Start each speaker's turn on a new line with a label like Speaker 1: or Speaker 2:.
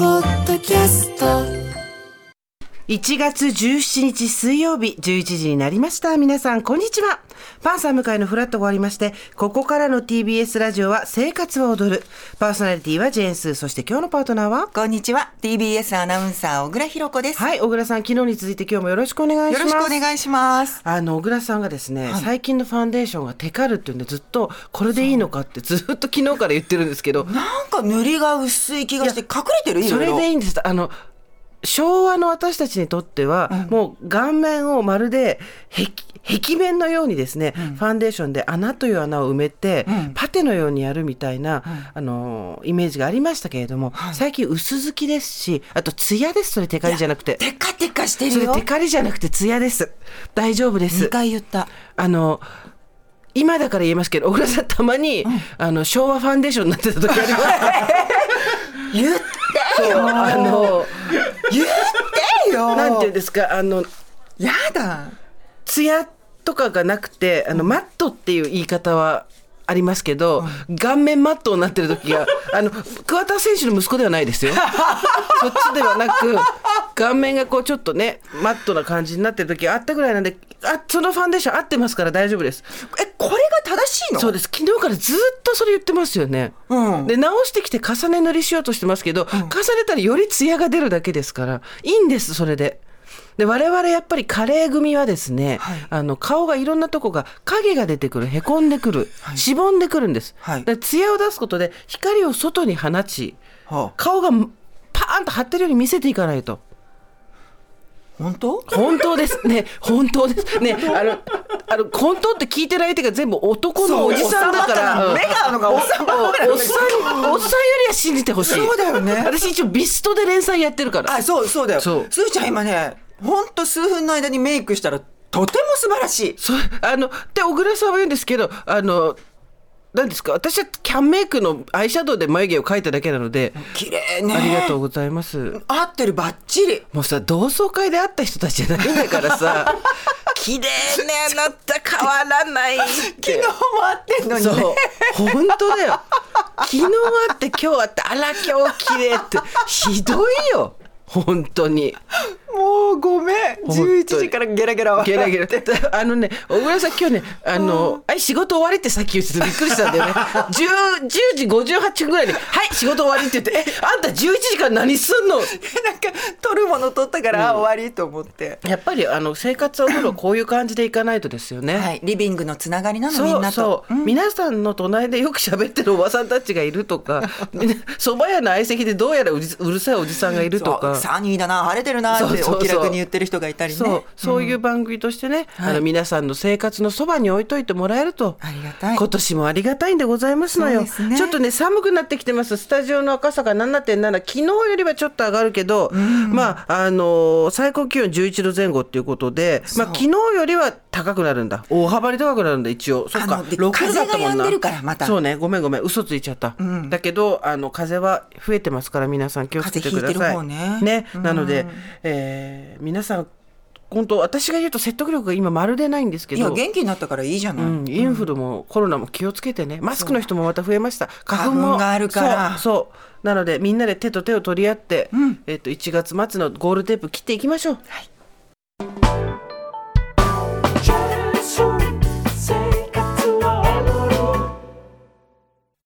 Speaker 1: キャスト
Speaker 2: 1月17日水曜日11時になりました。皆さん、こんにちは。パンサー向井のフラットがありまして、ここからの TBS ラジオは生活は踊る。パーソナリティはジェーンスー。そして今日のパートナーは
Speaker 3: こんにちは。TBS アナウンサー、小倉弘子です。
Speaker 2: はい、小倉さん、昨日に続いて今日もよろしくお願い
Speaker 3: よ
Speaker 2: しま
Speaker 3: ろ
Speaker 2: す。
Speaker 3: しくお願いします。
Speaker 2: あの小倉さんがですね、最近のファンデーションがテカるっていうんでずっとこれでいいのかってずっと昨日から言ってるんですけど
Speaker 3: なんか塗りが薄い気がして、隠れてる
Speaker 2: それでい
Speaker 3: い
Speaker 2: いんですあの昭和の私たちにとっては、もう顔面をまるで壁壁面のようにですね、ファンデーションで穴という穴を埋めて、パテのようにやるみたいな、あのイメージがありましたけれども、最近薄付きですしあと艶ですそれテカリじゃなくて
Speaker 3: テカテカして
Speaker 2: そ
Speaker 3: る
Speaker 2: れ
Speaker 3: よ。
Speaker 2: テカリじゃなくて艶です大丈夫です
Speaker 3: 2回言った。
Speaker 2: あの今だから言えますけど小倉さんたまに、あの昭和ファンデーションになってた時あります
Speaker 3: 言って
Speaker 2: けどあの
Speaker 3: 言ってよ
Speaker 2: なんていうんですかあの
Speaker 3: やだ。
Speaker 2: ツヤとかがなくてあの、マットっていう言い方はありますけど、顔面マットになってる時があの桑田選手の息子ではないですよそっちではなく顔面がこうちょっとねマットな感じになってる時があったぐらいなんであそのファンデーション合ってますから大丈夫です
Speaker 3: え、これが正しいの
Speaker 2: そうです昨日からずっとそれ言ってますよね、
Speaker 3: うん
Speaker 2: で直してきて重ね塗りしようとしてますけど、重ねたらよりツヤが出るだけですからいいんですそれで。で我々やっぱりカレー組はですね、
Speaker 3: はい
Speaker 2: あの顔がいろんなとこが影が出てくるへこんでくる、しぼんでくるんです、
Speaker 3: はい
Speaker 2: で艶を出すことで光を外に放ち
Speaker 3: はあ
Speaker 2: 顔がパーンと張ってるように見せていかないと。
Speaker 3: 本当
Speaker 2: 本当ですね本当ですねあのあの本当って聞いてる相手が全部男のおじさんだから
Speaker 3: そうおっさんばっかなの目が合うのがおっさんばっかりな
Speaker 2: お
Speaker 3: の
Speaker 2: っさんおっさんよりは信じてほしい
Speaker 3: そうだよね
Speaker 2: 私一応ビストで連載やってるから
Speaker 3: あ、そう、そうだよ。
Speaker 2: そう
Speaker 3: すーちゃん今ね、ほんと数分の間にメイクしたら、とても素晴らしい。
Speaker 2: そうあので小倉さんは言うんですけどあの何ですか私はキャンメイクのアイシャドウで眉毛を描いただけなので、
Speaker 3: 綺麗ね。
Speaker 2: ありがとうございます
Speaker 3: 合ってる、バッチリ。
Speaker 2: もうさ同窓会で会った人たちじゃないんだからさ綺麗ねあなた変わらないっ
Speaker 3: 昨日
Speaker 2: て
Speaker 3: も合ってんのにね。
Speaker 2: そう本当だよ昨日あって今日あってあら今日綺麗ってひどいよ本当に
Speaker 3: もうごめん
Speaker 2: 当に
Speaker 3: 11時からゲラゲラ笑って
Speaker 2: ゲラゲラあのね小倉さん今日ねあの「あい仕事終わり」ってさっき言っててびっくりしたんだ よね 10, 10時58分ぐらいに「はい仕事終わり」って言って「えあんた11時から何すん の?」
Speaker 3: なんか取るもの取ったから、あ終わりと思って、
Speaker 2: やっぱりあの生活はもこういう感じでいかないとですよね。
Speaker 3: はい、リビングのつながりなのみん
Speaker 2: そう
Speaker 3: なと
Speaker 2: そう、皆さんの隣でよく喋ってるおばさんたちがいる とかみんな蕎麦屋の相席でどうやらうじうるさいおじさんがいるとか
Speaker 3: そうサニーだな晴れてるな
Speaker 2: そ
Speaker 3: っ
Speaker 2: うそう
Speaker 3: て
Speaker 2: そう
Speaker 3: お気楽に言ってる人がいたりね
Speaker 2: そうそういう番組としてね、あの皆さんの生活のそばに置いといてもらえると
Speaker 3: ありがたい
Speaker 2: 今年もありがたいんでございますのよ、
Speaker 3: そうですね
Speaker 2: ちょっとね寒くなってきてますスタジオの赤坂7.7昨日よりはちょっと上がるけど、まああのー最高気温11度前後っていうことで、まあ、
Speaker 3: そう
Speaker 2: 昨日よりは高くなるんだ大幅に高くなるんだ一応そっ
Speaker 3: あ
Speaker 2: か
Speaker 3: ので
Speaker 2: 6度だった
Speaker 3: 風
Speaker 2: も
Speaker 3: が
Speaker 2: ん
Speaker 3: 止ん
Speaker 2: な
Speaker 3: でるからまた
Speaker 2: そうねごめんごめん嘘ついちゃった、だけどあの風は増えてますから皆さん気をつけてください
Speaker 3: 風邪ひいてる方ね
Speaker 2: ね、なので、えー皆さん本当私が言うと説得力が今まるでないんですけ
Speaker 3: いや
Speaker 2: ど
Speaker 3: 元気になったからいいじゃない、
Speaker 2: うん、インフルもコロナも気をつけてねマスクの人もまた増えました花粉も
Speaker 3: 花粉があるから
Speaker 2: そうそうなのでみんなで手と手を取り合って、えっと1月末のゴールテープ切っていきましょう、